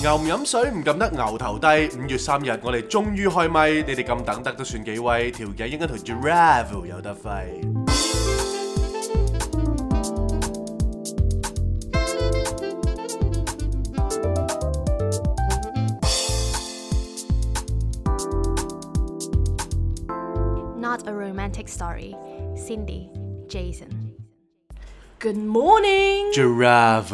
牛唔飲水唔撳得牛頭低。五月三日我哋終於開咪，你哋咁等得都算幾威，條嘢應該同 Giraffe 有得揮。 Not a romantic story. Cindy, Jason. Good morning， Giraffe，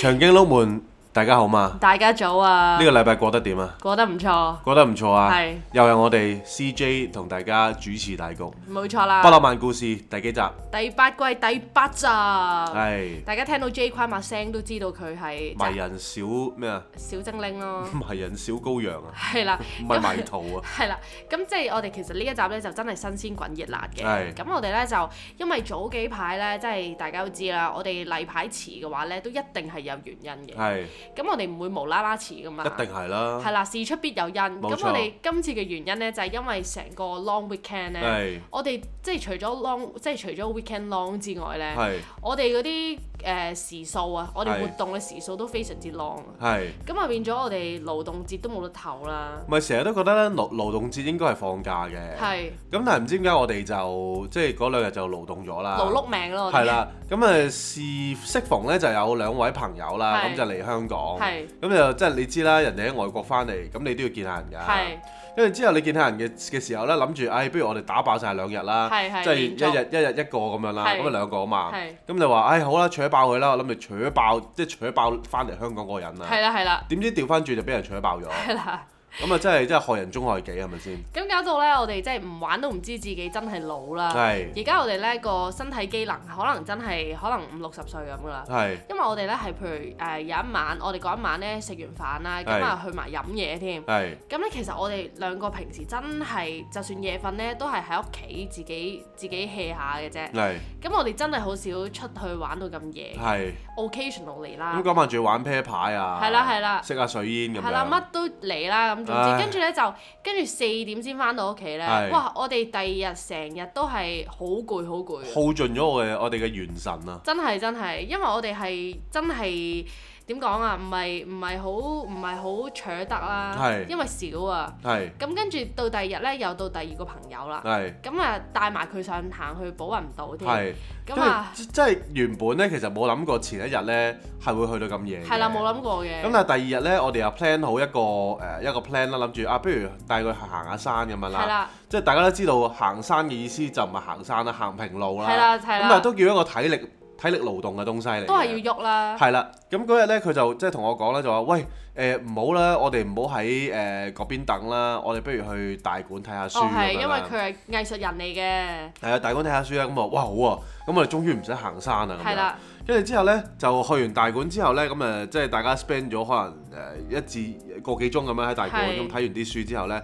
長頸鹿們，大家好嘛？大家早啊！呢個禮拜過得點啊？過得唔錯，過得唔錯啊！係又係我哋 CJ 同大家主持大局。冇錯啦。不浪漫故事第幾集？第八季第八集，係大家聽到 J 框把聲都知道佢係迷人小咩啊？，小精靈咯 迷人小羔羊啊，係啦，唔 係迷途 啊。係啦，咁即係我哋其實呢一集呢，就真係新鮮滾熱辣係嘅。咁我哋呢，就因為早幾排呢，即係大家都知啦，我哋例牌遲嘅話呢，都一定係有原因嘅。係，咁我哋唔會無啦啦遲噶嘛。一定係係啦。啦，事出必有因。咁冇錯我哋今次嘅原因呢，就係、因為成個 long weekend 呢，係我哋即係除咗 long，即係除咗 weekend long 之外呢，係我哋嗰啲誒時數啊，我哋係活動嘅時數都非常之 long 啊。係，咁啊變咗我哋勞動節都冇得唞啦。咪成日都覺得咧勞勞動節應該係放假嘅。係咁但係唔知點解我哋就即係嗰兩日就勞動咗啦。勞碌命咯，我哋啊係，啦，咁誒是適逢咧就有兩位朋友啦，係咁就嚟香港，係咁就即係你知啦，人哋喺外國翻嚟，咁你都要見下人㗎係。因為之後你見下人嘅嘅時候咧，諗住，哎唉，不如我哋打爆晒兩日啦，係係即係連續一日一日一個咁樣啦，係咁啊兩個啊嘛係，咁就話，哎唉，好啦，扯爆佢啦，我諗住扯爆，即係扯爆翻嚟香港嗰個人係啦。啦係啦點知調翻轉就俾人扯爆咗，係啦。咁啊真係真係害人中害己係咪先？咁搞到咧，我哋真係唔玩都唔知自己真係老啦。係而家我哋咧個身體機能可能真係可能五六十歲咁噶啦。係因為我哋咧係譬如誒、呃有一晚，我哋嗰一晚咧食完飯啦，咁啊去埋飲嘢添。係咁咧其實我哋兩個平時真係就算夜瞓咧，都係喺屋企自己自己 hea 下嘅啫。係咁我哋真係好少出去玩到咁夜係， ，occasionally 啦啊咁，嗰晚仲要玩啤牌啊，係啦係啦食下水煙咁樣，係啦，乜都嚟啦咁。總唉之跟住咧就跟住四點先翻到屋企咧係，哇！我哋第二日成日都係好攰好攰嘅。耗盡咗我嘅我哋嘅元神啊！真係真係，因為我哋係真係點講啊？唔係唔係好唔係好扯得啦係，因為少啊。係咁跟住到第二日呢，又到第二個朋友啦。係咁啊，帶埋佢上行去寶雲道添。係，嗯咁啊，即係即係原本咧，其實冇諗過前一日咧係會去到咁夜嘅。係啦，冇諗過咁嘅。但係第二日咧，我哋又 plan 好一個誒、呃一個 plan 啦，諗住啊，不如帶佢行下山咁樣係啦。啦，即係大家都知道行山嘅意思就唔係行山啦，行平路啦。係啦咁係啦但係都叫一個體力體力勞動嘅東西嚟嘅。都係要喐啦。哦係啦，咁嗰日咧佢就即係同我講咧，就話喂誒唔好啦，我哋唔好喺誒嗰邊等啦，我哋不如去大館睇下書哦，咁係樣因為啦佢係藝術人嚟係啊，大館睇下書啦，咁啊，哇好啊，咁我哋終於唔使行山啦嘅，咁係樣。啦，跟住之後呢，就去完大館之後呢，咁誒即係大家 spend 咗可能誒一至個幾鐘咁樣喺大館係咁睇完啲書之後呢，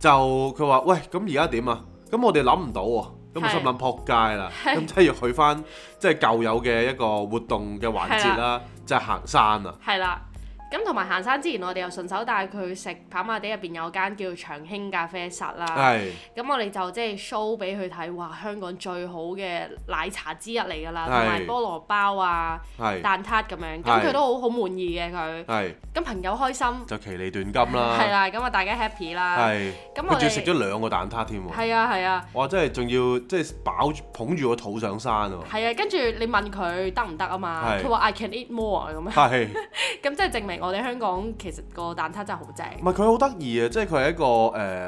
就佢話喂咁而家點啊？咁我哋諗唔到喎，咁我係心諗撲街啦，咁即係要去翻即係舊有嘅一個活動嘅環節啦，就係行山啊，係啦。咁同埋行山之前，我哋又順手帶佢食跑馬地入邊有間叫長興咖啡室啦。係咁我哋就即係 show 俾佢睇，哇！香港最好嘅奶茶之一嚟㗎係啦，同埋菠蘿包啊、係蛋撻咁樣，咁係佢都好好滿意嘅佢。係咁朋友開心，就騎呢段金係啦，啦，咁啊大家 happy 啦。係咁佢仲我要哋食咗兩個蛋撻添喎。係啊係啊哇！真係仲要即係飽住捧住個肚上山喎，係啊，跟住你問佢得唔得啊嘛，係佢話 I can eat more 啊咁樣， 係咁即係證明我哋香港其實個蛋撻真係好正，唔係佢好得意啊？即係佢係一個誒，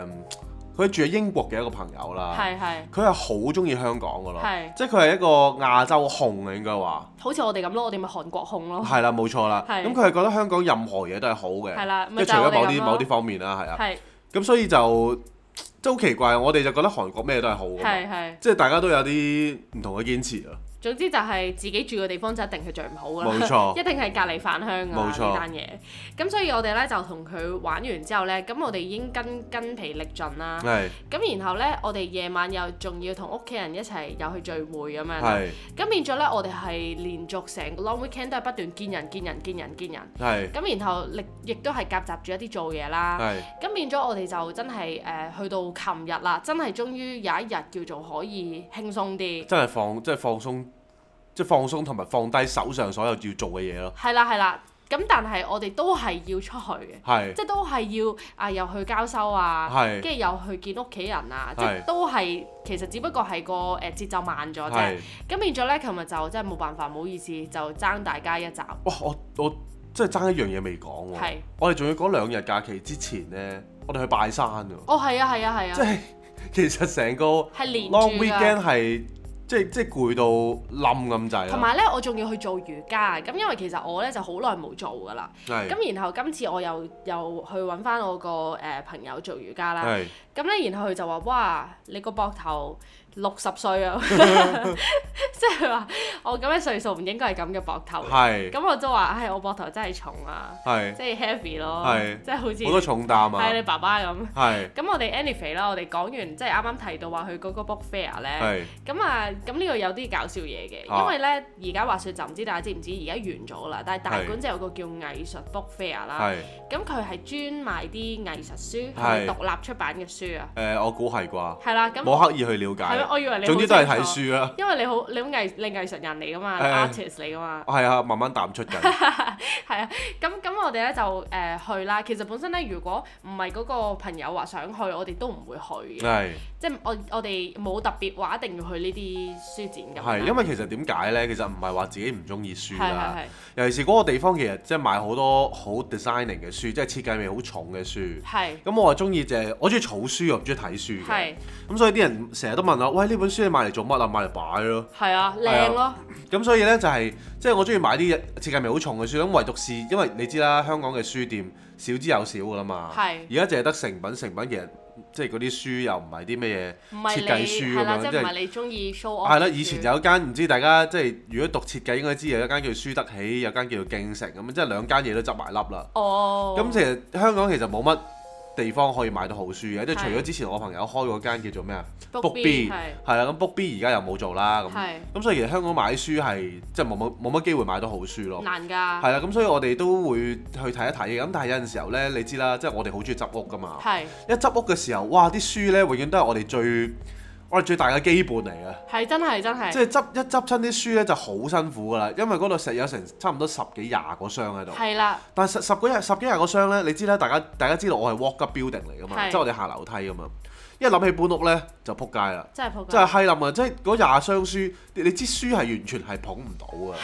佢、住喺英國嘅一個朋友啦，係係，佢係好中意香港噶咯係，即係佢係一個亞洲控啊，應該話好似我哋咁咯，我哋咪韓國控咯，係啦，冇錯啦。哦係咁佢係覺得香港任何嘢都係好嘅，係啦即咪係除就係咗某我哋咁啲咯某啲方面啦，係啊。係咁所以就即係好奇怪，我哋就覺得韓國咩都係好㗎嘛係係，即係大家都有啲唔同嘅堅持啊。總之就係自己住嘅地方就一定係最唔好㗎啦，冇錯 一定係隔離飯香㗎啦冇錯呢單嘢。咁所以我哋咧就同佢玩完之後咧，咁我哋已經筋筋疲力盡啦。係咁然後咧，我哋夜晚又仲要同屋企人一齊又去聚會咁樣啦。係咁變咗咧，我哋係連續成個 long weekend 都係不斷見人見人見人見人。係咁然後亦亦都係夾雜住一啲做嘢啦。係咁變咗我哋就真係誒、呃去到琴日啦，真係終於有一日叫做可以輕鬆啲。真係放即係放鬆，即係放鬆同埋放低手上所有要做嘅嘢咯。係啦係啦，咁但係我哋都係要出去嘅。係即係都係要啊，又去交收啊係，跟住又去見屋企人啊，即係係都係其實只不過係個誒、呃、節奏慢咗啫係。咁變咗咧，琴日就真係冇辦法，唔好意思，就爭大家一集。哇！我我真係爭一樣嘢未講喎係。我哋仲要講兩日假期之前呢，我哋去拜山㗎。哦，係啊，係啊，係即啊，係 其實成個係連住啊 long 㗎 weekend 係即係即係攰到冧咁滯啦。啊同埋咧，我仲要去做瑜伽，咁因為其實我咧就好耐冇做㗎啦。係咁然後今次我又又去揾翻我個誒、呃朋友做瑜伽啦。係咁咧，然後佢就話：哇，你個膊頭六十 歲啊！ 即係話我咁嘅歲數唔應該係咁嘅膊頭。係啊咁我都話：唉，我膊頭真係重啊，係即係 heavy 咯係，即係好似好多重擔係你啊！爸爸咁。係咁我哋 anyway 啦，我哋講完即係啱啱提到話佢嗰個 book fair 咧，係咁啊咁呢個有啲搞笑嘢嘅，啊因為咧而家話説就唔知大家知唔知，而家完咗啦，但係大係館就有個叫藝術 book fair 啦，係咁佢係專賣啲藝術書，係係獨立出版嘅書啊，誒，我估係啩，係啦，咁冇刻意去了係咩？解。我以為你好總之都係睇清楚，書啦。因為你好你好藝你藝術人嚟噶嘛你誒，artist 嚟噶嘛。係啊，慢慢淡出 緊。係啊，咁咁我哋咧就誒、呃去啦。其實本身咧，如果唔係嗰個朋友話想去，我哋都唔會去嘅。係即係我我哋冇特別話一定要去呢啲書展咁樣啦。係，因為啊其實點解咧？其實唔係話自己唔中意書啊係啦。係尤其是嗰個地方，其實即係賣好多好 designing 嘅書，即係設計味好重嘅書。係咁我係中意就係我中意儲書，我唔中意睇書係嘅。係咁所以啲人成日都問我：喂，呢本書你買嚟做乜啊？買嚟擺咯。係啊，係啊靚咯，咁所以呢，就係、即係我中意買啲設計味好重嘅書。咁唯獨是因為你知啦，香港嘅書店少之又少噶啦嘛。係而家淨係得成品，成品其實即係嗰啲書又唔係啲咩唔嘢係設計你書係啦，咁即樣，係即唔係係你中意 show off 係啦。嘅書以前有間唔知大家即係如果讀設計應該知有一間叫書得起，有間叫做敬城咁，即係兩間嘢都執埋笠啦。哦，咁其實香港其實冇乜地方可以買到好書嘅，即係除咗係之前我朋友開嗰間叫做咩啊 Book B B 係係啦，咁 Book B 而家又冇做啦，咁係咁所以其實香港買書係即係冇冇冇乜機會買到好書咯。難㗎，係啦，咁所以我哋都會去睇一睇嘅。咁但係有陣時候呢，你知啦，即係我哋好中意執屋噶嘛。係一執屋嘅時候，哇！啲書呢，永遠都係我哋最我哋最大嘅基本嚟嘅。係真係真即係係執一執親啲書呢，就好辛苦噶啦，因為嗰度成有成差唔多十幾廿個箱喺度。係啦，但係十十幾日十幾日個箱咧，你知啦，大家大家知道我係 walk up building 嚟噶嘛，係即係我哋下樓梯噶嘛。一諗起搬屋咧，就撲街啦，真係撲真係街，閪冧啊！即係嗰廿箱書，你你支書係完全係捧唔到噶，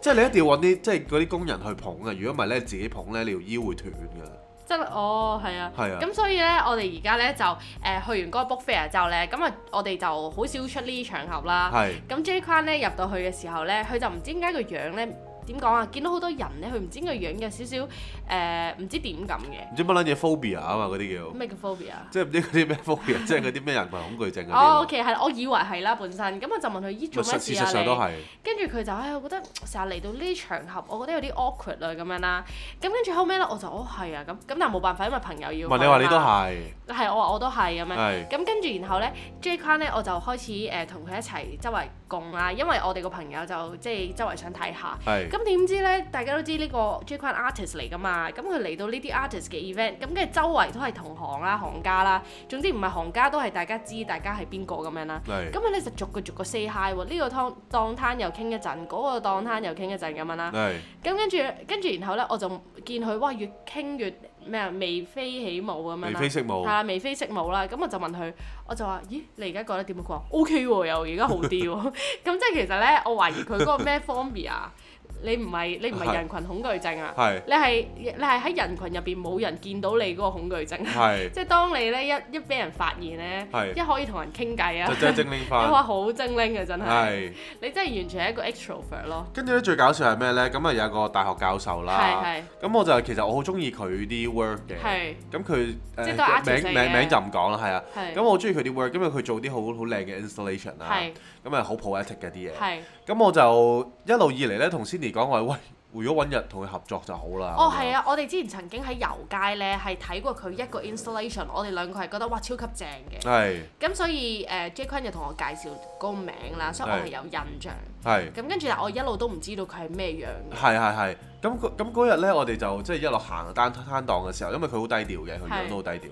即係你一定要揾啲即係嗰啲工人去捧啊！如果唔係咧，自己捧咧，你條腰會斷㗎。真係哦係啊。係啊，咁所以咧，我哋而家咧就誒、呃去完嗰個 book fair 之後咧，咁啊我哋就好少出呢啲場合啦。係咁 J Kwan 咧入到去嘅時候咧，佢就唔知點解個樣咧點講啊？見到好多人咧，佢唔知點解個樣有少少誒唔知點咁嘅唔知乜撚嘢 phobia 啊嘛，嗰啲叫，咩叫 phobia？即係唔知嗰啲咩 phobia，即係嗰啲咩人群恐懼症嗰啲哦啊。 ，OK，係啦，我以為係啦，本身咁我就問佢：咦，咪做實咩事事實啊上都你？係，跟住佢就唉，我覺得成日嚟到呢啲場合，我覺得有啲 awkward 啦咁樣啦。咁跟住後尾咧，我就哦係啊咁，咁但係冇辦法，因為朋友要唔係你話你去都嘛係，係我話我都係咁樣。係咁跟住然後咧，J Kwan 咧我就開始誒同佢一齊周圍共啦，因為我哋個朋友就即係周圍想睇下。係咁點知咧？大家都知呢個 J Kwan artist 嚟噶嘛？咁佢嚟到呢啲 artist 嘅 event，咁跟住周圍都係同行啦、行家啦，總之唔係行家都係大家知大家係邊個咁樣啦。係咁佢咧就逐個逐個 say hi 喎，呢個檔檔攤又傾一陣，嗰個檔攤又傾一陣咁樣啦。係咁跟住跟住然後咧，我就見佢哇越傾越咩啊，眉飛起舞咁樣眉啦飛。色舞係，啦，眉飛色舞啦，咁我就問佢，我就話：咦，你而家覺得點啊？佢話 O K 喎，又而家好啲喎。 咁即係其實咧，我懷疑佢嗰個咩 phobia，你唔係你唔係人群恐懼症啊，係你係你係喺人群入邊冇人見到你嗰個恐懼症，啊係。即係當你咧一一俾人發現咧係，一可以同人傾偈就啊，真係精靈 你翻。話好精靈嘅啊真係，係，你真係完全係一個 extrovert 咯，跟住咧最搞笑係咩呢？咁啊有一個大學教授啦，係咁我就其實我好中意佢啲 work 嘅係，係咁佢即係都係誒名 artist 嚟名嘅名就唔講啦，係啊，咁係我中意佢啲 work，因為佢做啲好好靚嘅 installation 啦，係咁啊好 poetic 嘅啲嘢，係，咁我就一路以嚟呢，同 Cindy 講我話喂，如果揾日同佢合作就好啦，哦係啊，我哋之前曾經喺遊街咧係睇過佢一個 installation，我哋兩個係覺得哇超級正嘅。係，咁所以誒、呃 J 坤就同我介紹嗰個名啦，所以我係係有印象。係咁跟住，但我一路都唔知道佢係咩樣嘅。係係係，咁嗰咁嗰日咧，我哋就即係一路行單攤檔嘅時候，因為佢好低調嘅，佢樣係都好低調，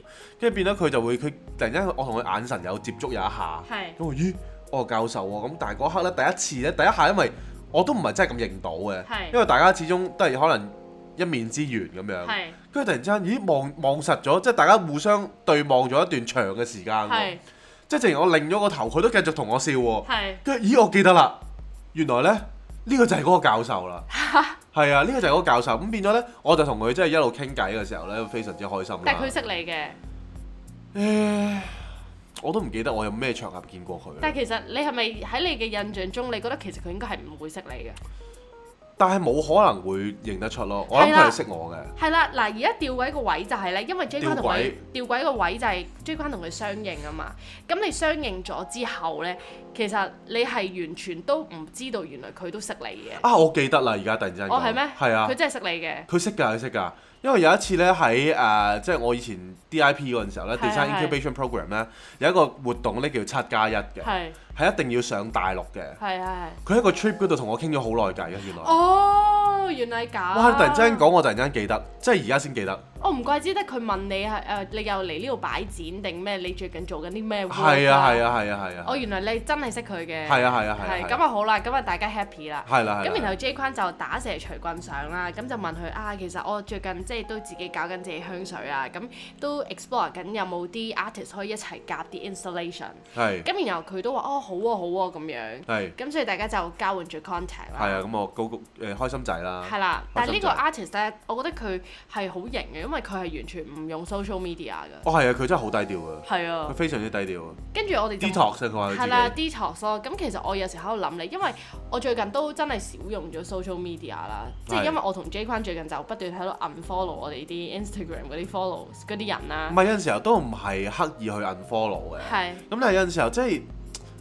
跟住變咗佢就會佢突然間我同佢眼神有接觸有一下，係咁我哦咦，我係教授喎，咁但係嗰刻咧第一次咧第一下，因為我都唔係真係咁認到嘅，係因為大家始終都係可能一面之緣咁樣。係跟住突然之間，咦望望實咗，即係大家互相對望咗一段長嘅時間喎。係即係正如我擰咗個頭，佢都繼續同我笑喎。係跟住咦，我記得啦，原來咧呢、呢個就係嗰個教授 啦。係啊，呢、個就係嗰個教授。咁變咗咧，我就同佢即係一路傾偈嘅時候咧，非常之開心啦。但係佢識你嘅。誒我都唔記得我有咩場合見過佢但啦。係其實你係咪喺你嘅印象中，你覺得其實佢應該係唔會識你嘅？但係冇可能會認得出咯。我諗係啦佢係識我嘅。係啦，嗱，而家吊鬼個位就係咧，因為 J 吊關同佢詭吊鬼個位就係 J 關同佢相認啊嘛。咁你相認咗之後咧，其實你係完全都唔知道原來佢都識你嘅。啊，我記得啦，而家突然之間講。哦，係咩？係啊佢。真係識你嘅。佢識㗎，佢識㗎。因為有一次咧喺誒，即係我以前 DIP 嗰陣時候咧係，Design 係 Incubation Program 咧，有一個活動咧叫七加一嘅，係係啊一定要上大陸嘅。係係。佢喺個 trip 嗰度同我傾咗好耐偈嘅，原來。哦，原來係咁。哇！突然之間講，我突然之間記得，即係而家先記得。我唔怪之得佢問你係誒、你又嚟呢度擺展定咩？你最近做緊啲咩？係啊係。啊係啊係啊。哦，原來你真係識佢嘅。係啊係啊係啊係係啊咁啊好啦，咁啊大家 happy 啦。係啦係啦。咁然後 J 框就打蛇隨棍上啦，咁就問佢啊，其實我最近即係都自己搞緊自己香水啊，咁都 explore 緊有冇啲 artist 可以一齊夾 啲 installation。係咁然後佢都話哦好啊好啊咁樣，係咁所以大家就交換咗 contact 係啦。啊，咁我高高誒開心仔啦。係啦，但係呢個啊開心 artist 咧，我覺得佢係好型嘅，因為佢係完全唔用 social media 㗎。哦係啊，佢真係好低調嘅，係佢啊，非常之低調。跟住我哋就 detox 啊佢話係啦佢自己。 ，detox 咯。咁其實我有時喺度諗你，因為我最近都真係少用咗 social media 啦，即係係因為我同 J 君最近就不斷喺度 unfollow 我哋啲 Instagram 嗰啲 follows 嗰啲唔人啦。係有陣時候都唔係刻意去 unfollow 嘅。係咁但啊係有陣時候即係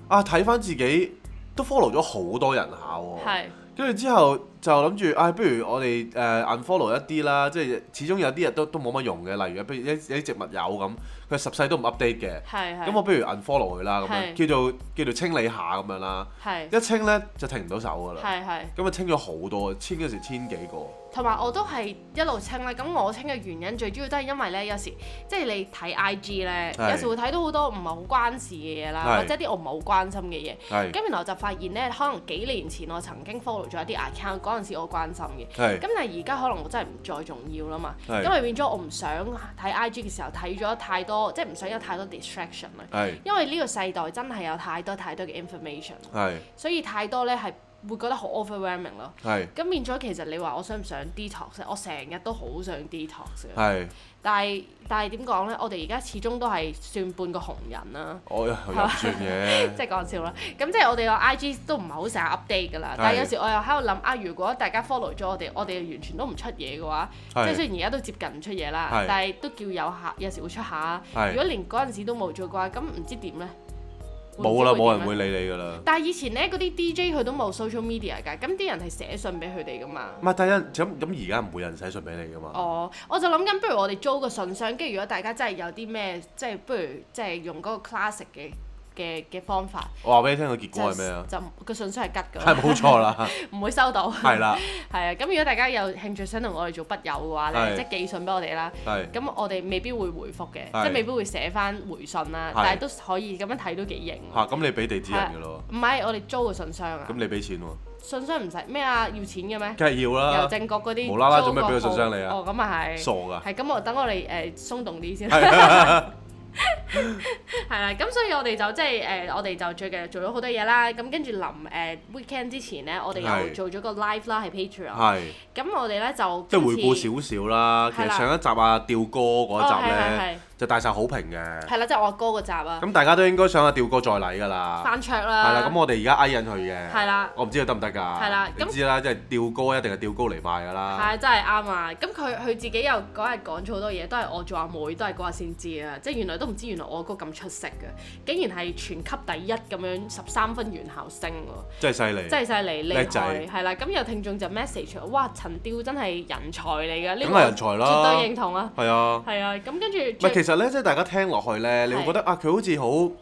啊睇翻自己都 follow 咗好多人下喎，係跟住之後就諗住，唉、不如我哋誒、unfollow 呃一啲啦，即係始終有啲人都都冇乜用嘅，例如不如一一啲植物友咁，佢十世都唔 update 嘅，係係。咁我不如 unfollow 佢啦，咁樣係叫做叫做清理下咁樣啦，係一清呢，就停唔到手㗎啦，係係，咁啊清咗好多，清嗰時千幾個，同埋我都係一路清啦。咁我清嘅原因最主要都係因為咧，有時即係你睇 IG 咧，係有時會睇到好多唔係好關事嘅嘢啦，係或者啲我唔係好關心嘅嘢。係咁原來我就發現咧，可能幾年前我曾經 follow 咗一啲 account，嗰陣時我關心嘅。係咁但係而家可能我真係唔再重要啦嘛，係因為變咗我唔想睇 IG 嘅時候睇咗太多，即係唔想有太多 distraction 啦。係因為呢個世代真係有太多太多嘅 information，係所以太多咧係會覺得好 overwhelming 咯。係咁變咗其實你話我想唔想 detox 呢我成日都好想 detox 嘅，係，但係但係點講呢？我哋而家始終都係算半個紅人啦。我又哎又唔算嘅。 即係講笑啦，咁即係我哋個 IG 都唔係好成日 update 㗎啦，但係有時我又喺度諗啊，如果大家 follow 咗我哋，我哋完全都唔出嘢嘅話，即係係雖然而家都接近唔出嘢啦係，但係都叫有下，有時會出下。係如果連嗰陣時都冇做嘅話，咁唔知點呢？會唔知冇啦，會冇點啊人呢會。理你噶啦。但係以前呢，嗰啲 DJ 佢都冇 social media 㗎，咁啲人係寫信俾佢哋㗎嘛。唔係，但係咁咁而家唔會有人寫信俾你噶嘛。哦，我就諗緊，不如我哋租個信箱，跟住如果大家真係有啲咩，即係不如即係用嗰個 classic 嘅嘅嘅方法，我話俾你聽個結就果係咩 啊？就個信箱係吉㗎啦係。冇錯 啦，唔會收到。係啦， 係啊，咁如果大家有興趣想同我哋做筆友嘅話係咧，即係寄信俾我哋啦。係咁我哋未必會回覆嘅，係即係未必會寫翻回信啦係，但係都可以咁樣睇都幾型喎。嚇咁你俾地址人噶咯，唔係，我哋租個信箱啊咁，你俾錢喎，信箱唔使咩啊，要錢 嘅咩？梗係要郵啦， 政局嗰啲無啦啦租做咩俾個個信箱你啊號哦，咁啊係。傻噶，係咁，我等我哋誒鬆動啲先。係係啦， 咁所以我哋就即係誒，我哋就最近做咗好多嘢啦。咁跟住臨誒 weekend 之前咧，我哋又係做咗個 live 啦，係 Patreon。係咁我哋咧就即係今回次顧少少啦。其係啦實上一集啊，吊哥嗰一集咧哦就大受好評嘅，係啦，即係我阿哥個集啊，咁大家都應該想啊吊哥再嚟噶啦，翻桌係啦，啦。咁我哋而家挨緊佢嘅，係啦我唔知佢得唔得㗎，係啦你咁知啦，即係吊哥一定係吊高嚟賣㗎啦，係真係啱啊！咁佢佢自己又嗰日講咗好多嘢，都係我做阿妹，都係嗰日先知啊！即係原來都唔知原來我阿哥咁出色嘅，竟然係全級第一咁樣十三分原校升喎，真係犀利，真係犀利嗯叻厲仔害！係啦，咁有聽眾就 message 我哇，陳雕真係人才嚟㗎，呢梗個係人才啦絕對認同啊！係啊。係啊，咁跟住唔係，最其實咧，即係大家聽落去咧，你會覺得啊，佢好似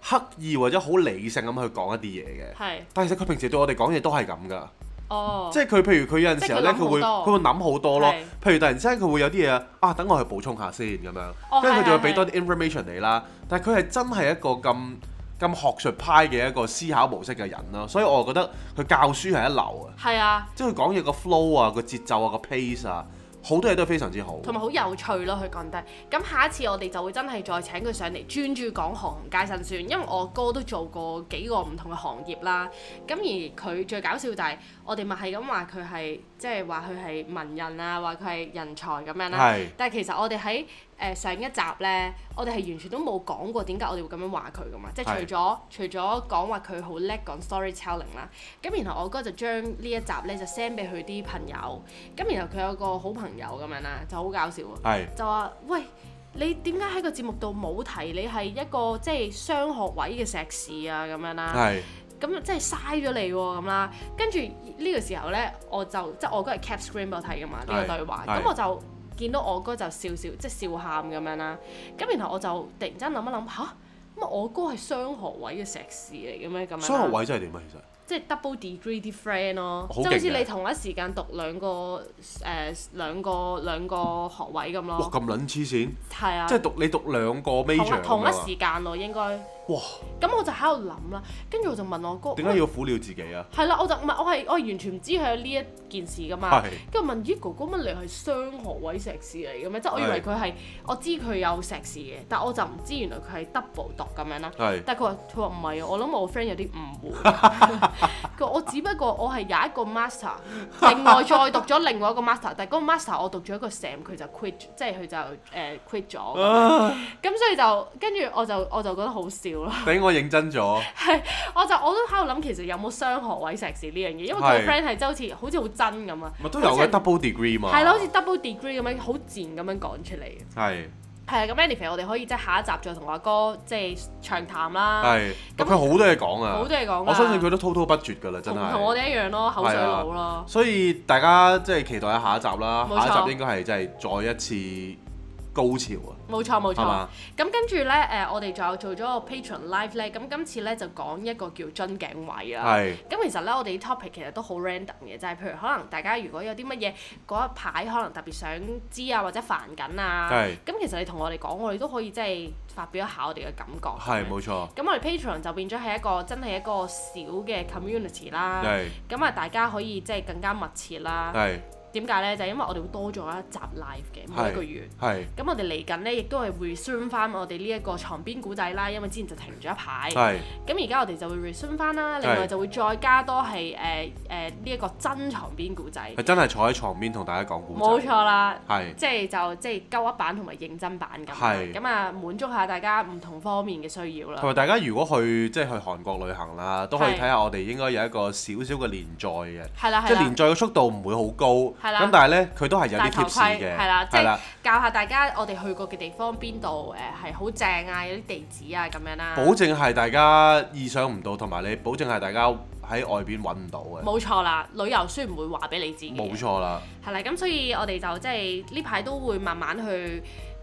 好刻意或者好理性咁去講一啲嘢嘅。係但係其實佢平時對我哋講嘢都係咁噶，哦即，係佢譬如佢有陣時候咧，即係佢佢會諗好多佢會諗好多咯係。譬如突然之間佢會有啲嘢啊，等我去補充下先咁樣，跟住佢哦係就會係俾係多啲 information 你啦。但係佢係真係一個咁咁學術派嘅一個思考模式嘅人啦，所以我覺得佢教書係一流啊，係啊，即係佢講嘢個 flow 啊、個節奏啊、個 pace 啊，好多嘢都係非常之好。同埋好有趣咯，佢講得。咁下一次我哋就會真係再請佢上嚟專注講行街辛酸，因為我哥都做過幾個唔同嘅行業啦。咁而佢最搞笑就係我哋咪係咁話佢係即係話佢係文人啊，話佢係人才咁樣啦。係但係其實我哋喺誒上一集呢，我哋係完全都冇講過點解我哋會咁樣話佢噶嘛，即係係除咗除咗講話佢好叻講 storytelling 啦，咁然後我哥就將呢一集呢就 send 俾佢啲朋友，咁然後佢有個好朋友咁樣啦，就好搞笑喎。係就話：喂，你點解喺個節目度冇提你係一個即係雙學位嘅碩士啊咁樣啦？係咁即係嘥咗你喎咁啦。跟住呢個時候呢，我就即係我哥係 cap screen 俾我睇噶嘛呢係個對話，係咁我就見到我哥就笑笑即係笑喊咁樣啦。咁然後我就突然之間諗一諗吓，咁我哥係雙學位嘅碩士嚟嘅咩咁樣啦？雙學位真係點啊？其實即係 double degree 啲 friend 咯，好即係好似勁啊嘅你同一時間讀兩個誒、兩個兩個學位咁哇咯，咁撚黐線，係哦啊即。係讀你讀兩個同一 major 同㗎一嘛時間咯，應該。哇！咁我就喺度諗啦，跟住我就問我哥，點解要苦了自己 啊？係啦，我就唔係我係我係完全唔知佢有呢一件事噶嘛係。跟住問咦哥哥乜你係雙學位碩士嚟嘅咩？即係我以為係佢係我知佢有碩士嘅，但我就唔知原來佢係 double 讀咁樣啦。係但係佢話佢話唔係啊，我諗我 friend 有啲誤會。佢話我只不過我係有一個 master，另外再讀咗另外一個 master，但係嗰個 master 我讀咗一個 sam，佢就 quit，即係佢就誒、呃 quit 咗咁樣。啊咁所以就跟住我就我就覺得好笑咯。頂我認真咗，我就我都喺度諗，其實有冇雙學位碩士呢樣嘢？因為佢個係 friend 係真係好似好似好真咁啊，咪都有嘅 double degree 嘛。係啦，好似 double degree 咁樣，好自然咁樣講出嚟嘅。係係啊，咁 anyway，我哋可以即係下一集再同阿哥即係長談啦，係，咁佢好多嘢講啊，啊好多嘢講㗎我相信佢都滔滔不絕㗎啦，真同係。啊同我哋一樣咯，口水佬咯，所以大家即係期待一下一集啦，冇錯下一集應該係真係再一次高潮啊，冇錯冇係錯嘛。？咁跟住咧，誒我哋仲有做咗個 patron live 咧，咁今次咧就講一個叫樽頸位啊啦。係咁其實咧，我哋啲 topic 其實都好 random 嘅，就係、譬如可能大家如果有啲乜嘢嗰一排可能特別想知啊，或者煩緊啊，係咁其實你同我哋講，我哋都可以即係發表一下我哋嘅感覺。係冇錯，咁我哋 Patreon 就變咗係一個真係一個小嘅 community 啦。係咁啊，啊大家可以即係更加密切啦。係點解呢？就係因為我哋會多咗一集 live 嘅每一個月。係咁我哋嚟緊呢，亦都係 resume 翻我哋呢一個床邊古仔啦，因為之前就停咗一排。係咁而家我哋就會 resume 翻啦，另外就會再加多係誒誒呢一個真床邊古仔，係真係坐喺床邊同大家講故冇仔，錯啦。係即係就即係鳩一版同埋認真版咁啦，係咁啊滿足下大家唔同方面嘅需要同啦。埋大家如果去即係去韓國旅行啦，都可以睇下我哋應該有一個少少嘅連載嘅。係啦即係係啦連，載嘅速度唔會好高，係啦咁但係呢，佢都係有戴啲頭 tips 盔嘅，係啦，即係係啦，教下大家我哋去過嘅地方邊度誒係好正啊，有啲地址啊咁樣啦。保證係大家意想唔到，同埋你保證係大家喺外邊揾唔到嘅，冇錯啦，旅遊書唔會話俾你知嘅。冇錯啦，係啦，咁所以我哋就即係呢排都會慢慢去誒、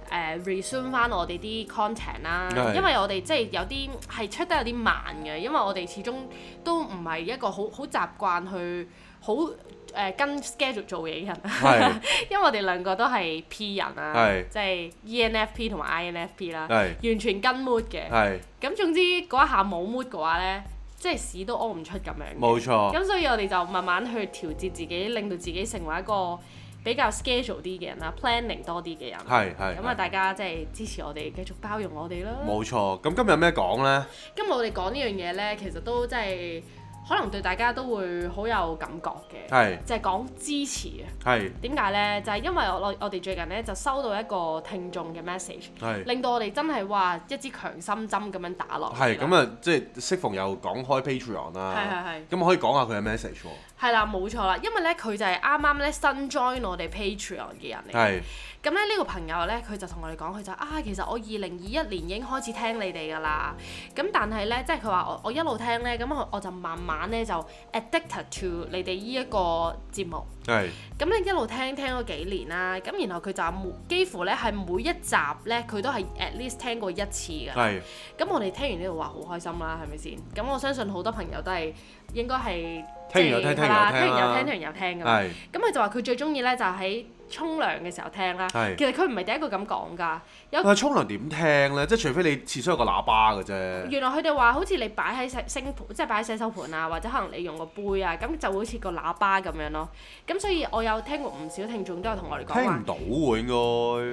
呃 resume 翻我哋啲 content 啦，係因為我哋即係有啲係出得有啲慢嘅，因為我哋始終都唔係一個好好習慣去好誒、呃跟 schedule 做嘢嘅人，係。 因為我哋兩個都係 P 人啦係，即係 E ENFP 同埋 INFP 啦，係完全跟 mood 嘅。係咁總之嗰一下冇 mood 嘅話呢，即係屎都屙唔出咁樣嘅。冇錯，咁所以我哋就慢慢去調節自己，令到自己成為一個比較 schedule 啲嘅人啦，planning 多啲嘅人。係係咁啊，係大家即係支持我哋，繼續包容我哋啦。冇錯。咁今日有咩講呢？今日我哋講呢樣嘢呢，其實都真係可能對大家都會好有感覺嘅，係就係講支持啊。係點解呢？就係、因為我我我哋最近呢，就收到一個聽眾嘅 message，係令到我哋真係哇一支強心針咁樣打落去啦。係咁啊！即係適逢又講開 Patreon 啦，係係係咁可以講下佢嘅 message 喎。係啦，冇錯啦，因為咧佢就係啱啱咧新 join 我哋 Patreon 嘅人嚟嘅。係咁咧呢個朋友咧，佢就同我哋講，佢就啊，其實我二零二一年已經開始聽你哋㗎啦。咁但係咧，即係佢話我我一路聽咧，咁我我就慢慢咧就 addicted to 你哋呢一個節目。係咁咧一路聽聽咗幾年啦，咁然後佢就話每幾乎咧係每一集咧，佢都係 at least 聽過一次㗎。係咁我哋聽完呢度話好開心啦，係咪先？咁我相信好多朋友都係應該係聽完又聽即聽完又係聽啦係啦聽完又聽，聽完又聽咁。啊係咁佢就話佢最中意咧就喺沖涼嘅時候聽啦。係其實佢唔係第一個咁講㗎，但有係啊沖涼點聽咧？即係除非你廁所有個喇叭嘅啫。原來佢哋話好似你擺喺洗星盤，即係擺喺洗手盤啊，或者可能你用個杯啊，咁就好似個喇叭咁樣咯。咁所以我有聽過唔少聽眾都有同我哋講聽話唔，到喎應該。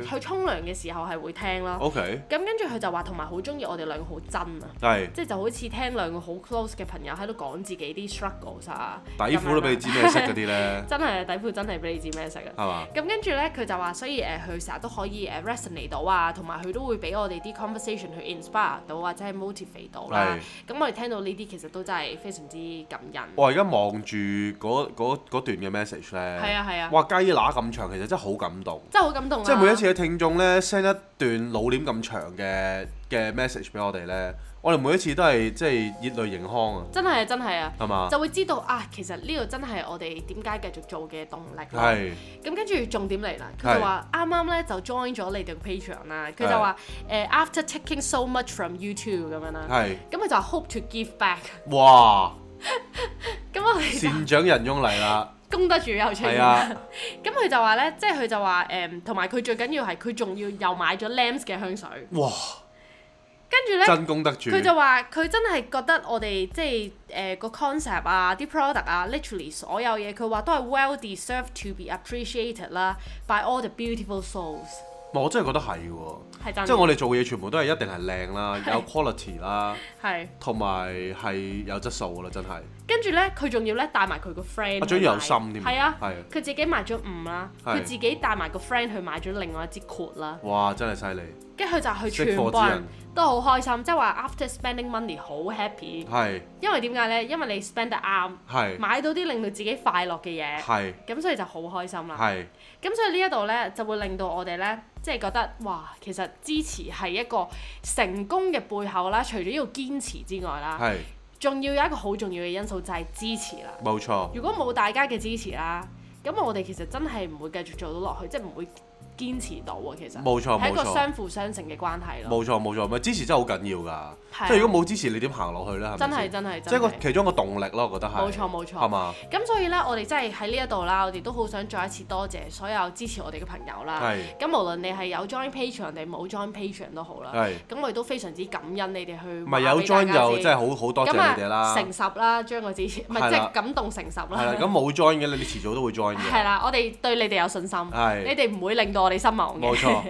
佢沖涼嘅時候係會聽 啦。 O K，咁跟住佢就話同埋好中意我哋兩個好真啊，係即係就好似聽兩個好 close 嘅朋友喺度講自己啲 struggles 啊，，底褲都俾你知咩色嗰啲咧 真係底褲真係俾你知咩色啊！係嘛？咁跟住咧，佢就話，所以誒，佢成日都可以誒 resonate 到啊，同埋佢都會俾我哋啲 conversation 去 inspire 到或者係 motivate 到啦。咁我哋聽到呢啲其實都真係非常之感人。我而家望住嗰嗰嗰段嘅 message 咧，係啊係啊哇雞乸咁長，其實真係好感動。真係好感動啊！即係每一次嘅聽眾咧 send 一段老臉咁長嘅嘅 message 俾我哋咧，我哋每一次都係即係熱淚盈眶啊，真係真係啊，係嘛？就會知道啊，其實呢個真係我哋點解繼續做嘅動力。係咁跟住重點嚟啦，佢就話啱啱咧就 join 咗你哋嘅 Patreon 啦，佢就話誒 after taking so much from you too 咁樣啦，係，咁佢就話 hope to give back，哇！咁我哋就善長人翁嚟啦，功德主又出係現啊啦。， 咁佢就話咧，即係佢就話誒，嗯同埋佢最緊要係佢仲要又買咗 Lams 嘅香水，哇！跟住咧。真功德主，佢就話：佢真係覺得我哋即係誒個 concept 啊、啲 product 啊、literally 所有嘢，佢話都係 well deserved to be appreciated 啦，by all the beautiful souls 我真係覺得係喎，係真嘅。即係我哋做嘅嘢全部都係一定係靚啦，係有 quality 啦，係同埋係有質素啦，真係。跟住咧，佢仲要咧帶埋佢個 friend，啊仲要有心添係啊，係啊佢自己買咗五啦，係佢自己帶埋個 friend 去買咗另外一支括啦，哇！真係犀利，跟住佢就去識全貨部之人人都好開心，即係話 after spending money 好 happy，係因為點解咧？因為你 spend 得啱，係買到啲令到自己快樂嘅嘢，係咁所以就好開心啦。係咁所以呢一度呢，就會令到我哋呢，即係覺得哇，其實支持係一個成功嘅背後啦，除咗要堅持之外啦，係，仲要有一個好重要嘅因素就係支持啦。冇錯，如果冇大家嘅支持啦，咁我哋其實真係唔會繼續做到落去，即係唔會堅持到啊。其實冇錯係一個冇錯相輔相成嘅關係咯。冇錯冇錯，咪支持真係好緊要係啊㗎。即係如果冇支持，你點行落去咧？係咪真係先真係即係真個係。其中一個動力咯，我覺得係。冇錯冇錯係嘛？咁所以呢，我哋真係喺呢一度啦，我哋都好想再一次多謝所有支持我哋嘅朋友啦。係咁無論你係有 join Patreon 定冇 join Patreon 都好啦。係，咁我哋都非常之感恩你哋去唔話係俾有大 join 家就知真係好好多謝你哋啦。咁啊，誠實啦，將個支持，唔係啦係即係感動誠實係啦，啦。咁冇 join 嘅你，你遲早都會 join 係嘅。啦，我哋對你哋有信心，係你哋唔會令到我哋失望嘅。冇錯。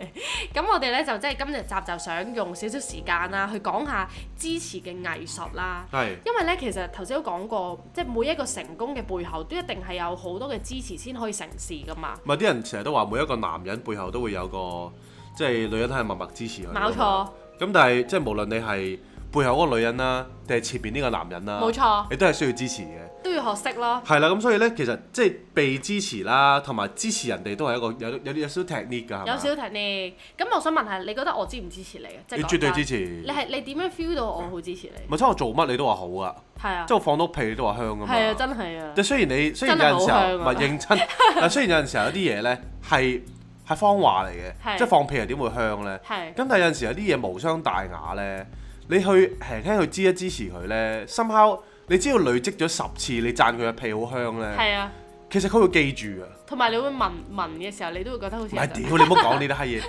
咁我哋咧就即係今日集就想用少少時間啦，去講下支持嘅藝術啦。係因為咧，其實頭先都講過，即係每一個成功嘅背後，都一定係有好多嘅支持先可以成事噶嘛。咪啲人成日都話每一個男人背後都會有個即係女人係默默支持佢㗎嘛。冇錯，咁但係即係無論你係背後嗰個女人啦，定係前邊呢個男人啦，冇錯你都係需要支持嘅。都要學識咯。係啦，咁所以咧，其實即係被支持啦，同埋支持人哋都係一個有有有少少 technique 㗎，係啊有嘛少 technique。咁我想問下，你覺得我支唔支持你嘅？即係你講絕對真支持你係你點樣 feel 到我好支持你？咪即係我做乜你都話好啊，係啊即，係我放到屁你都話香㗎嘛。係啊，真係啊即。係雖然你雖然有真係陣好時候香唔啊係認真，但雖然有陣時候有啲嘢咧係係謊話嚟嘅，係即係放屁又點會香咧？係咁但係有陣時有啲嘢無傷大雅咧，你去輕輕去支一支持佢咧，somehow 你只要累積咗十次你讚佢嘅屁好香咧，係啊，其實佢會記住㗎。同埋你會聞聞嘅時候，你都會覺得好似唔係有屌你唔好講呢啲閪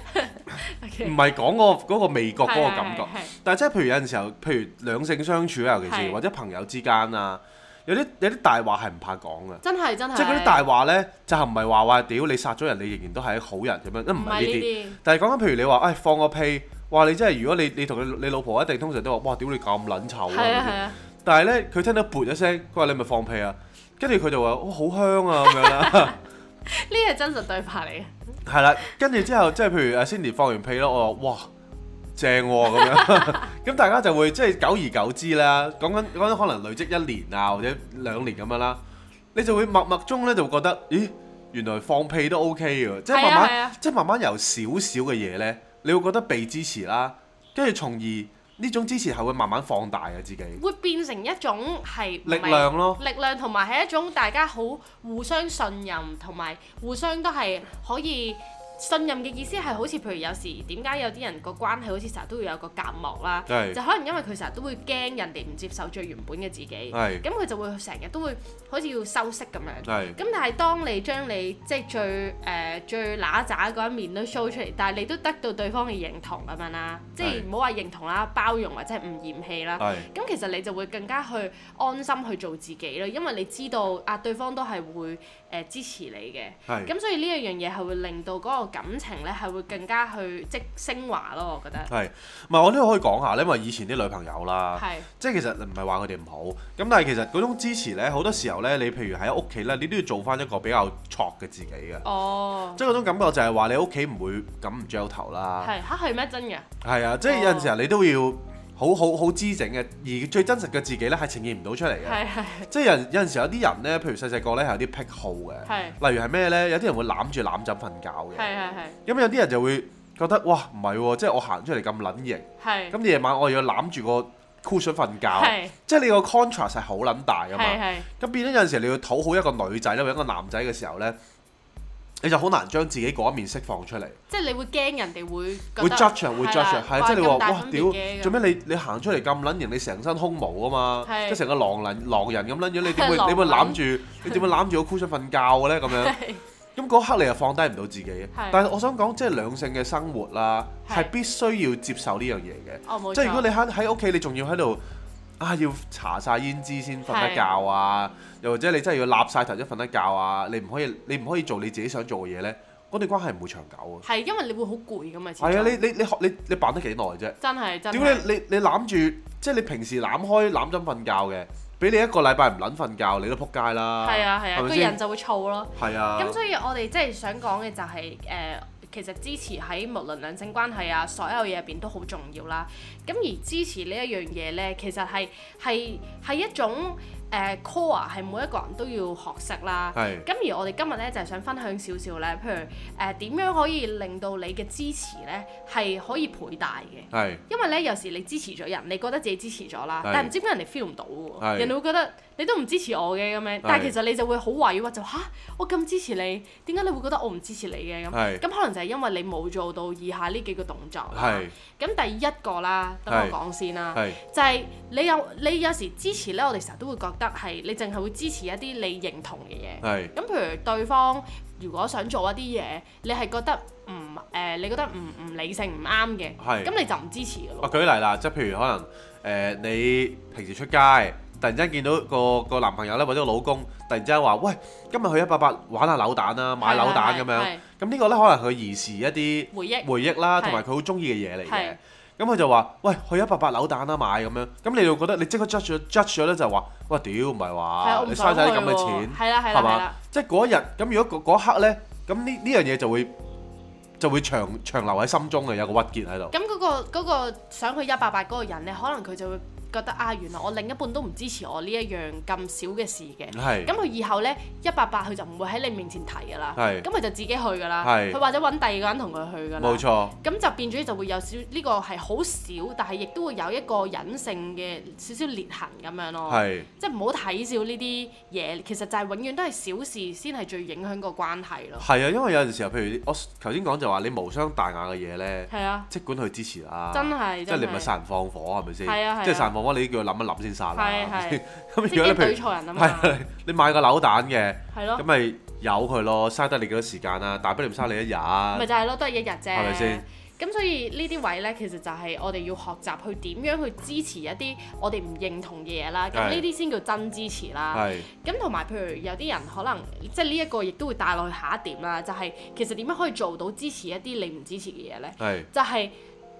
嘢。唔 OK 係講嗰個嗰個味覺嗰個感覺係係係係，但係即係譬如有陣時候，譬如兩性相處啊，尤其是係或者朋友之間啊，有啲有啲大話係唔怕講嘅，真係真係。即係嗰啲大話咧，就係唔係話話屌你殺咗人，你仍然都係好人咁樣，都唔唔係係呢呢啲。啲。但係講緊譬如你話，誒、放個屁，哇！你真係如果你你同你你老婆一定通常都話，哇！屌你咁撚臭係啊係啊！啊，但係咧，佢聽到噗一聲，佢話你咪放屁啊，跟住佢就話，哇！好香啊咁樣啦。呢個係真實對白嚟嘅。係啦，跟住之後即係譬如阿 Cindy 放完屁咯，我話哇正喎、咁樣， 咁大家就會即係久而久之啦，講緊講緊可能累積一年啊或者兩年咁樣啦，你就會默默中咧就會覺得，咦原來放屁都 OK 嘅，即係慢係啊慢、係啊即係慢慢由少少嘅嘢咧，你會覺得被支持啦，跟住從而呢種支持係會慢慢放大啊嘅自己，會變成一種係唔係力量咯力量同埋係一種大家好互相信任同埋互相都係可以信任嘅意思係好似譬如有時點解有啲人個關係好似成日都會有個隔膜啦，係就可能因為佢成日都會驚人哋唔接受最原本嘅自己，係咁佢就會成日都會好似要修飾咁樣。係咁但係當你將你即係最誒、呃最揦渣嗰一面都 show 出嚟，但係你都得到對方嘅認同咁樣啦，即係係啊唔好話認同啦、包容或者係唔嫌棄啦。係咁其實你就會更加去安心去做自己咯，因為你知道啊對方都係會誒、呃支持你嘅。係。咁所以呢一樣嘢係會令到嗰個感情咧係會更加去即升華咯，我覺得係，唔係我都可以講下咧，因為以前啲女朋友啦，係即係其實唔係話佢哋唔好，咁但係其實嗰種支持咧，好多時候咧，你譬如喺屋企咧，你都要做翻一個比較挫嘅自己嘅，哦，即係嗰種感覺就係話你屋企唔會咁唔焦頭啦，係嚇係咩真嘅？係啊，即係有陣時候你都要好好好知整嘅，而最真實嘅自己咧係呈現唔到出嚟嘅。係係即係有有陣時有啲人咧，譬如細細個咧係有啲癖好嘅，係例如係咩咧？有啲人會攬住攬枕瞓覺嘅，係係係咁有啲人就會覺得哇唔係喎，即係我行出嚟咁撚型，係咁夜晚我又要攬住個 cushion 瞓覺，係即係你個 contrast 係好撚大噶嘛。係咁變咗有陣時你要討好一個女仔咧，或者一個男仔嘅時候咧，你就好難將自己嗰一面釋放出嚟。即係你會驚人哋會會覺得 judge 啊，會 judge 啊，係啊即係你話哇屌，做咩？咩你你行出嚟咁撚型，你成身胸毛啊嘛，係即係成個狼人狼人咁撚樣，你點會 狼你會攬人住你點會攬住個 cushion 瞓覺嘅咧咁樣？係咁嗰刻你又放低唔到自己係，但係我想講即係兩性嘅生活啦，係係必須要接受呢樣嘢嘅。 哦冇錯即係如果你喺喺屋企，你仲要喺度啊，要搽晒胭脂先瞓得覺啊，又或者你真係要立晒頭先瞓得覺啊，你唔可以你唔可以做你自己想做嘅嘢咧，嗰段關係唔會長久啊。係因為你會好攰噶嘛，始終係啊，你你你學你你扮得幾耐啫？真係真屌你係你你攬住，即係你平時攬開攬枕瞓覺嘅，俾你一個禮拜唔撚瞓覺，你都撲街啦。係啊係係啊，咪個先人？就會燥咯。係啊。咁所以我哋即係想講嘅就係、誒、其實支持喺無論兩性關係啊，所有嘢入邊都好重要啦。咁而支持呢一樣嘢呢，其實係係係一種誒、core，係每一個人都要學識啦。係咁而我哋今日呢，就係、想分享少少呢，譬如誒點、樣可以令到你嘅支持呢係可以倍大嘅。係因為咧，有時你支持咗人，你覺得自己支持咗啦，係但係唔知點解人哋 feel 唔到係喎，人哋會覺得你都唔支持我嘅咁樣，但係其實你就會好委屈，就吓我咁支持你，點解你會覺得我唔支持你嘅咁？係咁可能就係因為你冇做到以下呢幾個動作啦係。咁第一個啦，等係我講先啦。係就係你有你有時支持咧，我哋成日都會覺得係你淨係會支持一啲你認同嘅嘢。係咁譬如對方如果想做一啲嘢，你係覺得唔誒、你覺得唔唔理性唔啱嘅，係咁你就唔支持嘅我咯。舉例啦，即係譬如可能誒、呃你平時出街，突然之間見到個個男朋友咧或者個老公，突然之間話喂，今日去一百八玩下扭蛋啦，買扭蛋咁係係樣係。咁呢個咧可能佢兒時一啲回憶回憶啦，係同埋佢好中意嘅嘢嚟嘅係。咁佢就話：喂，去一百八扭蛋啦，買咁樣。咁你就覺得你即刻 judge 咗 judge 咗咧，就話：喂，屌唔係係啊，話我你唔嘥想晒啲去咁嘅喎錢，係啦係啦係係嘛啦，？即係嗰一日咁，如果嗰嗰一刻咧，咁呢呢樣嘢就會就會長長留喺心中嘅，有個鬱結喺度。咁嗰、個嗰、個想去一百八嗰個人咧，可能佢就會覺得啊，原來我另一半都唔支持我呢一樣咁少嘅事嘅。係咁佢以後咧一百八佢就唔會喺你面前提㗎啦，係咁佢就自己去㗎啦，係佢或者揾第二個人同佢去㗎啦。冇錯，咁就變咗就會有少呢個係好少，但係亦都會有一個隱性嘅少少裂痕咁樣咯。係即係唔好睇少呢啲嘢，其實就係永遠都係小事先係最影響個關係咯。係啊，因為有陣時候，譬如我頭先講就話你無傷大雅嘅嘢咧，係啊，即管去支持啦。真係即係你真唔係係殺人放火係咪先？係啊係啊即係殺人放火，你都叫佢諗一諗先殺啦。係啊 係咪係先咁即如果係你驚譬對如錯人啊嘛。係你買個扭蛋嘅，係咁咯，咪由佢咯，嘥得你幾多時間啊？大不了嘥你一日。咪就係咯，都係一日啫。啊係咪先？咁所以呢啲位呢，其實就係我哋要學習去點樣去支持一啲我哋唔認同嘅嘢啦。咁係呢啲先叫真支持啦。係咁同埋譬如有啲人可能即係呢一個亦都會帶落去下一點啦，就係、其實點樣可以做到支持一啲你唔支持嘅嘢呢？係就係、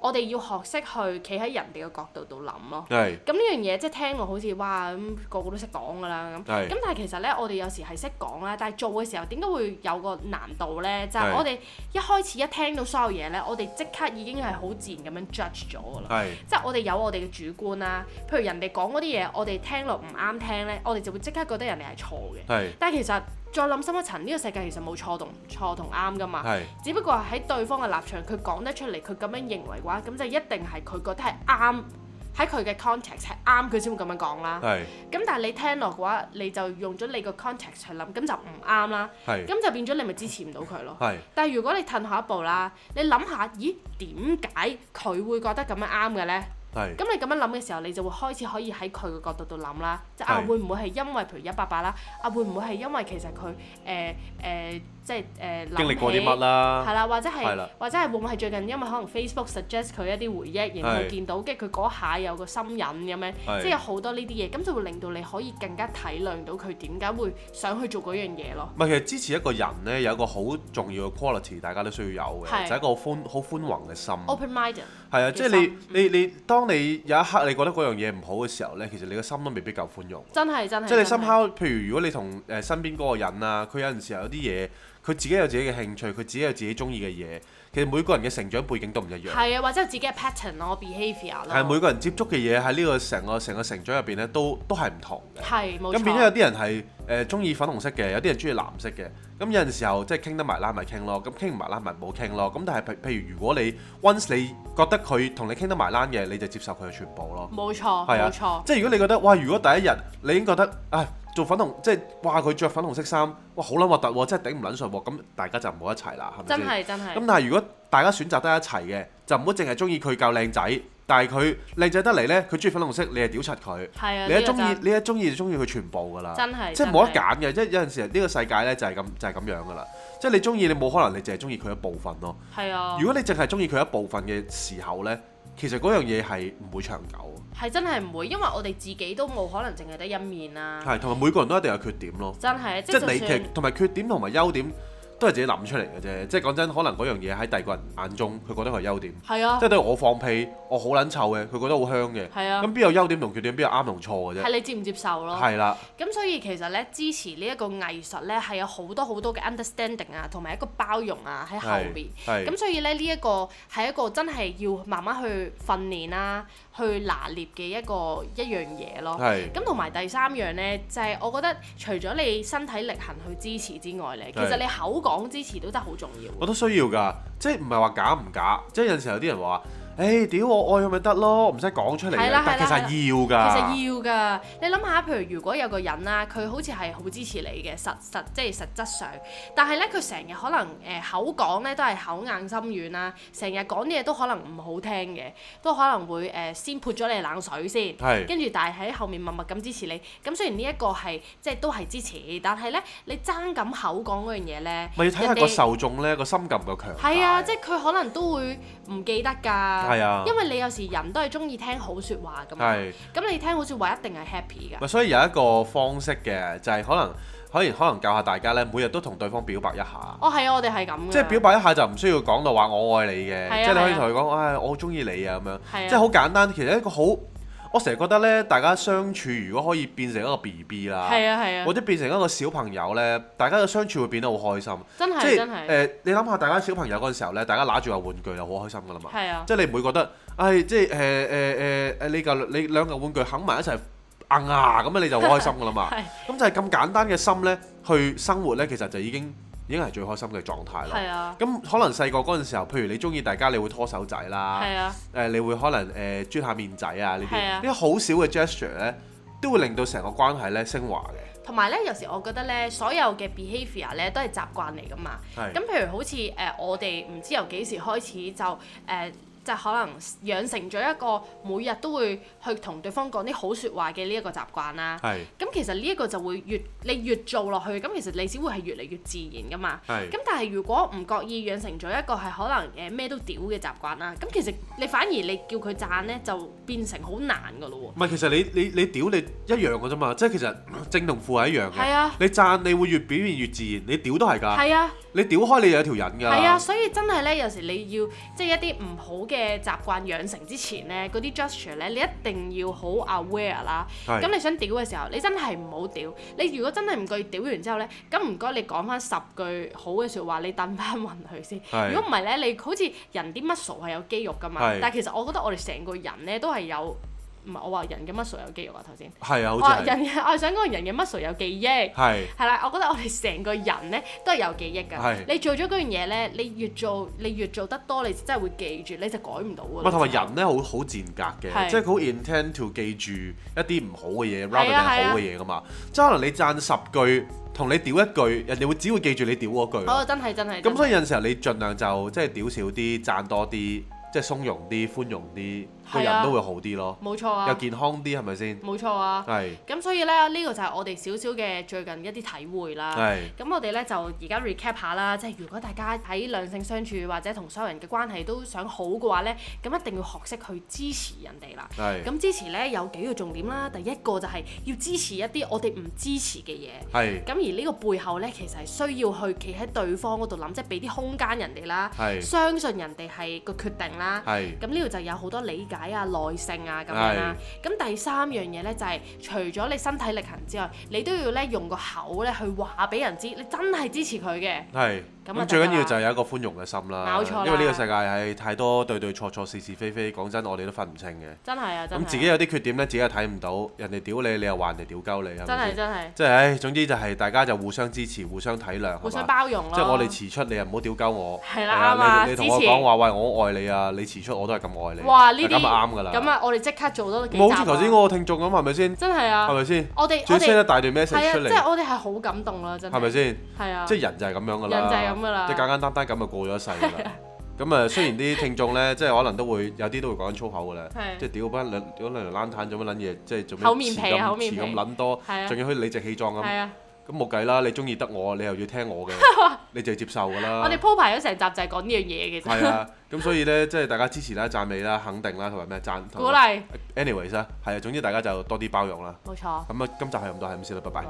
我哋要學識去企喺人哋嘅角度度諗咯。係咁呢樣嘢即係聽落好似哇咁個個都識講㗎啦咁，係咁但係其實呢，我哋有時係識講啦，但係做嘅時候點解會有個難度呢？就係、係我哋一開始一聽到所有嘢呢，我哋即刻已經係好自然咁樣 judge 咗㗎啦。係即係我哋有我哋嘅主觀啦，譬如人哋講嗰啲嘢，我哋聽落唔啱聽呢，我哋就會即刻覺得人哋係錯嘅。係但係其實再諗深一層，呢、個世界其實冇錯同錯同啱噶嘛。係只不過喺對方嘅立場，佢講得出嚟，佢咁樣認為嘅話，咁就一定係佢覺得係啱，喺佢嘅 context 係啱佢先會咁樣講啦。係咁但係你聽落嘅話，你就用咗你個 context 去諗，咁就唔啱啦。係咁就變咗你咪支持唔到佢咯。係但係如果你褪後一步啦，你諗下，咦點解佢會覺得咁樣啱嘅呢？係咁你咁樣諗嘅時候，你就會開始可以喺佢嘅角度度諗啦，即係啊係會唔會係因為譬如一八八啦，啊會唔會係因為其實佢誒誒即係誒經歷過啲乜啦？啦？係啦，或者啊係係啦或者係會唔會係最近因為可能 Facebook suggest 佢一啲回憶，然後係佢見到，跟住佢嗰下有個心癮咁樣，係即係有好多呢啲嘢，咁就會令到你可以更加體諒到佢點解會想去做嗰樣嘢咯。唔係，其實支持一個人呢，有一個好重要嘅 quality，大家都需要有嘅，係就係一個好寬好寬宏嘅心。 Open minded 係啊，嘅即係心你你你，當你有一刻你覺得嗰樣嘢唔好嘅時候呢，其實你個心都未必夠寬容。真係真係。即係你真深敲，譬如如果你同誒身邊嗰個人啊，佢有陣時候有啲嘢，佢自己有自己嘅興趣，佢自己有自己中意嘅嘢。其實每個人嘅成長背景都唔一樣，係啊，或者有自己嘅 pattern 咯，behaviour 咯。係每個人接觸嘅嘢喺呢個成個成個成長入邊呢，都都係唔同嘅。係冇咁變咗有錯。啲人係誒中意粉紅色嘅，有啲人中意藍色嘅。咁有陣時候即係傾得埋拉咪傾咯，咁傾唔埋拉咪冇傾咯。咁但係譬譬如如果你 once 你覺得佢同你傾得埋拉嘅，你就接受佢嘅全部咯。冇錯，係冇啊錯，，即係如果你覺得哇，如果第一日你已經覺得唉做粉紅，即係哇佢着粉紅色衫，哇好撚核突喎，真係頂唔撚順喎，咁大家就唔好一齊啦，係真咪係嗯真先？咁係，但係如果大家選擇得一齊嘅，就唔好淨係中意佢夠靚仔，但係佢靚仔得嚟呢，佢中意粉紅色，你係屌柒佢。係啊，你一呢個中意真你一中意就中意佢全部㗎啦，真係即係冇得真揀嘅，即係有陣時呢個世界呢，就係咁就係咁樣㗎啦，即係你中意你冇可能你淨係中意佢一部分咯，係啊如，果你淨係中意佢一部分嘅時候呢，其實嗰樣嘢係唔會長久。係真係唔會，因為我哋自己都冇可能淨係得一面啦。係，同埋每個人都一定有缺點咯。真係，啊即即係係你就其算實同埋缺點同埋優點都係自己諗出嚟嘅啫。即係講真，可能嗰樣嘢喺第二個人眼中，佢覺得佢係優點。係啊即，係對我放屁，我好撚臭嘅，佢覺得好香嘅。係啊咁邊有優點同缺點，邊有啱同錯嘅啫？係你接唔接受咯？係啦，咁所以其實咧，支持呢一個藝術咧，係有好多好多嘅 understanding 啊，同埋一個包容啊喺後係面。係咁所以咧，呢、一個係一個真係要慢慢去訓練啦、去拿捏嘅一個一樣嘢咯。係咁同埋第三樣呢，就係、我覺得除咗你身體力行去支持之外呢，其實係你口講支持都真係好重要。我都需要㗎。即係唔係話假唔假？即係有陣時候有啲人話：，誒屌我愛佢咪得咯，唔使講出嚟係嘅。啦但係啦其實係其實要㗎。要㗎，你諗下，譬如如果有個人啦，佢好似係好支持你嘅，實實即係實質上，但係咧佢成日可能誒、呃口講咧都係口硬心軟啦，成日講啲嘢都可能唔好聽嘅，都可能會誒、呃先潑咗你冷水先，係跟住但係喺後面默默咁支持你。咁雖然呢一個係即係都係支持，但係咧你爭咁口講嗰樣嘢咧，咪要睇下人個哋受眾呢個心夠唔夠強大。係啊，即係佢可能都會唔記得㗎。係啊因為你有時人都係中意聽好説話㗎嘛。係。咁你啊聽好説話一定係 happy 㗎。咪所以有一個方式嘅，就係、可能可以可能教下大家咧，每日都同對方表白一下。哦，係啊，我哋係咁㗎。即係表白一下就唔需要講到話我愛你嘅，係啊即係你可以係啊同佢講，唉，我好中意你啊咁樣，係啊即係好簡單。其實一個好，我成日覺得咧，大家相處如果可以變成一個 B B 啦，係啊係啊或，者變成一個小朋友咧，大家嘅相處會變得好開心。真即係係真誒、係。你諗下，大家小朋友嗰陣時候咧，大家揦住個玩具就好開心噶啦嘛。係啊，即係你唔會覺得，唉，即係誒誒誒誒，你嚿你兩嚿玩具啃埋一齊硬啊，咁樣你就好開心噶啦嘛。 係咁就係咁簡單嘅心呢，去生活呢，其實就已經已經係最開心嘅狀態係啦。啊，咁可能細個嗰陣時候，譬如你中意大家，你會拖手仔啦，誒、係啊，你會可能誒啜、下面仔啊呢啲，係啊呢啲好少嘅 gesture 呢，都會令到成個關係呢升華嘅。同埋咧，有時我覺得咧，所有嘅 behaviour 咧都係習慣嚟㗎嘛。係咁譬如好似誒、呃我哋唔知由幾時開始就誒。呃就可能養成咗一個每日都會去同對方講啲好説話嘅呢一個習慣啦。係咁其實呢一個就會越你越做落去，咁其實你只會係越嚟越自然噶嘛。係咁但係如果唔覺意養成咗一個係可能誒咩都屌嘅習慣啦，咁其實你反而你叫佢讚呢，就變成好難噶咯唔係，其實你你你屌你一樣嘅啫嘛，即係其實 正同負係一樣嘅。係啊你讚你會越表現越自然，你屌都係喎。㗎。係啊，你屌開你就有條癮㗎。係啊，所以真係呢，有時你要即係一啲唔好嘅習慣養成之前呢，嗰啲 gesture 呢，你一定要好 aware 啦。係咁你想屌嘅時候，你真係唔好屌。你如果真係唔覺意屌完之後呢，咁唔該你講翻十句好嘅説話，你等翻暈佢先。係如果唔係呢，你好似人啲 muscle 係有肌肉噶嘛係，但係其實我覺得我哋成個人呢都係有唔唔係我話人嘅 muscle 有肌肉啊頭先，係啊，我好話似人係嘅我係想講人嘅 muscle 有記憶。係係啦，我覺得我哋成個人咧都係有記憶㗎係。你做咗嗰樣嘢咧，你越做你越做得多，你真係會記住，你就改唔到㗎唔啦。係同埋人咧好好賤格係嘅，即係佢好 intend to 記住一啲唔好嘅嘢係，rather 啊係 than 啊好嘅嘢噶嘛。即係可能你讚十句，同你屌一句，人哋會只會記住你屌嗰句哦，咯。真係真係。咁所以以有陣時候你盡量就即係屌少啲，讚多啲，即係鬆容啲、寬容啲，個係啊人都會好啲咯，冇錯又啊，健康啲係咪先？冇錯啊。係咁所以咧，呢、個就係我哋少少嘅最近一啲體會啦。係咁我哋咧就而家 recap 下啦，即係如果大家喺兩性相處或者同所有人嘅關係都想好嘅話咧，咁一定要學識去支持人哋啦。係咁支持咧有幾個重點啦，第一個就係要支持一啲我哋唔支持嘅嘢。係咁而呢個背後咧，其實係需要去企喺對方嗰度諗，即係俾啲空間人哋啦，係相信人哋係個決定啦。係咁呢度就有好多理解啊、耐性啊咁樣啦。咁第三樣嘢咧就係、除咗你身體力行之外，你都要咧用個口咧去話俾人知，你真係支持佢嘅。係。咁啊咁最緊得啦要就係有一個寬容嘅心啦冇錯啦，因為呢個世界係太多對對錯錯、是是非非，講真我哋都分唔清嘅。真係啊，真係咁啊。自己有啲缺點咧，自己又睇唔到，人哋屌你，你又話人哋屌鳩你，係真咪係先？真係即係唉，總之就係大家就互相支持、互相體諒，互相係嘛包容咯。即係我哋遲出，你又唔好屌鳩我。係啦係啱啊你你支同持我講話，喂，我愛你啊！你遲出我都係咁愛你。哇呢啲咁啊啱㗎啦。咁啊，我哋即刻做多幾集啊。冇好似頭先嗰個聽眾咁，係咪先？真係啊係，咪先？我哋最我 send 哋一大段係 message 啊，出即係嚟，我哋係好感動啦，真係係咪？先？係啊，即係人就係咁樣㗎啦，人就係咁㗎啦即係簡簡單單咁就過咗一世㗎 啦。咁啊，雖然啲聽眾咧，即係可能都會有啲都會講緊粗口㗎啦係，即係屌班兩屌兩條冷炭做乜撚嘢，即係做咩厚面皮啊詞咁厚面皮詞咁撚多係啊，仲要好似理直氣壯咁，係啊，咁冇計啦，你中意得我，你又要聽 我嘅，你就要接受㗎啦我哋。鋪排咗成集就係講呢樣嘢嘅係啫，啊，咁所以咧，即係大家支持啦、讚美啦、肯定啦，同埋咩讚鼓。勵， anyways 啦，係啊，總之大家就多啲包容啦。冇錯，咁啊，今集係咁多，係咁先啦，拜拜。喂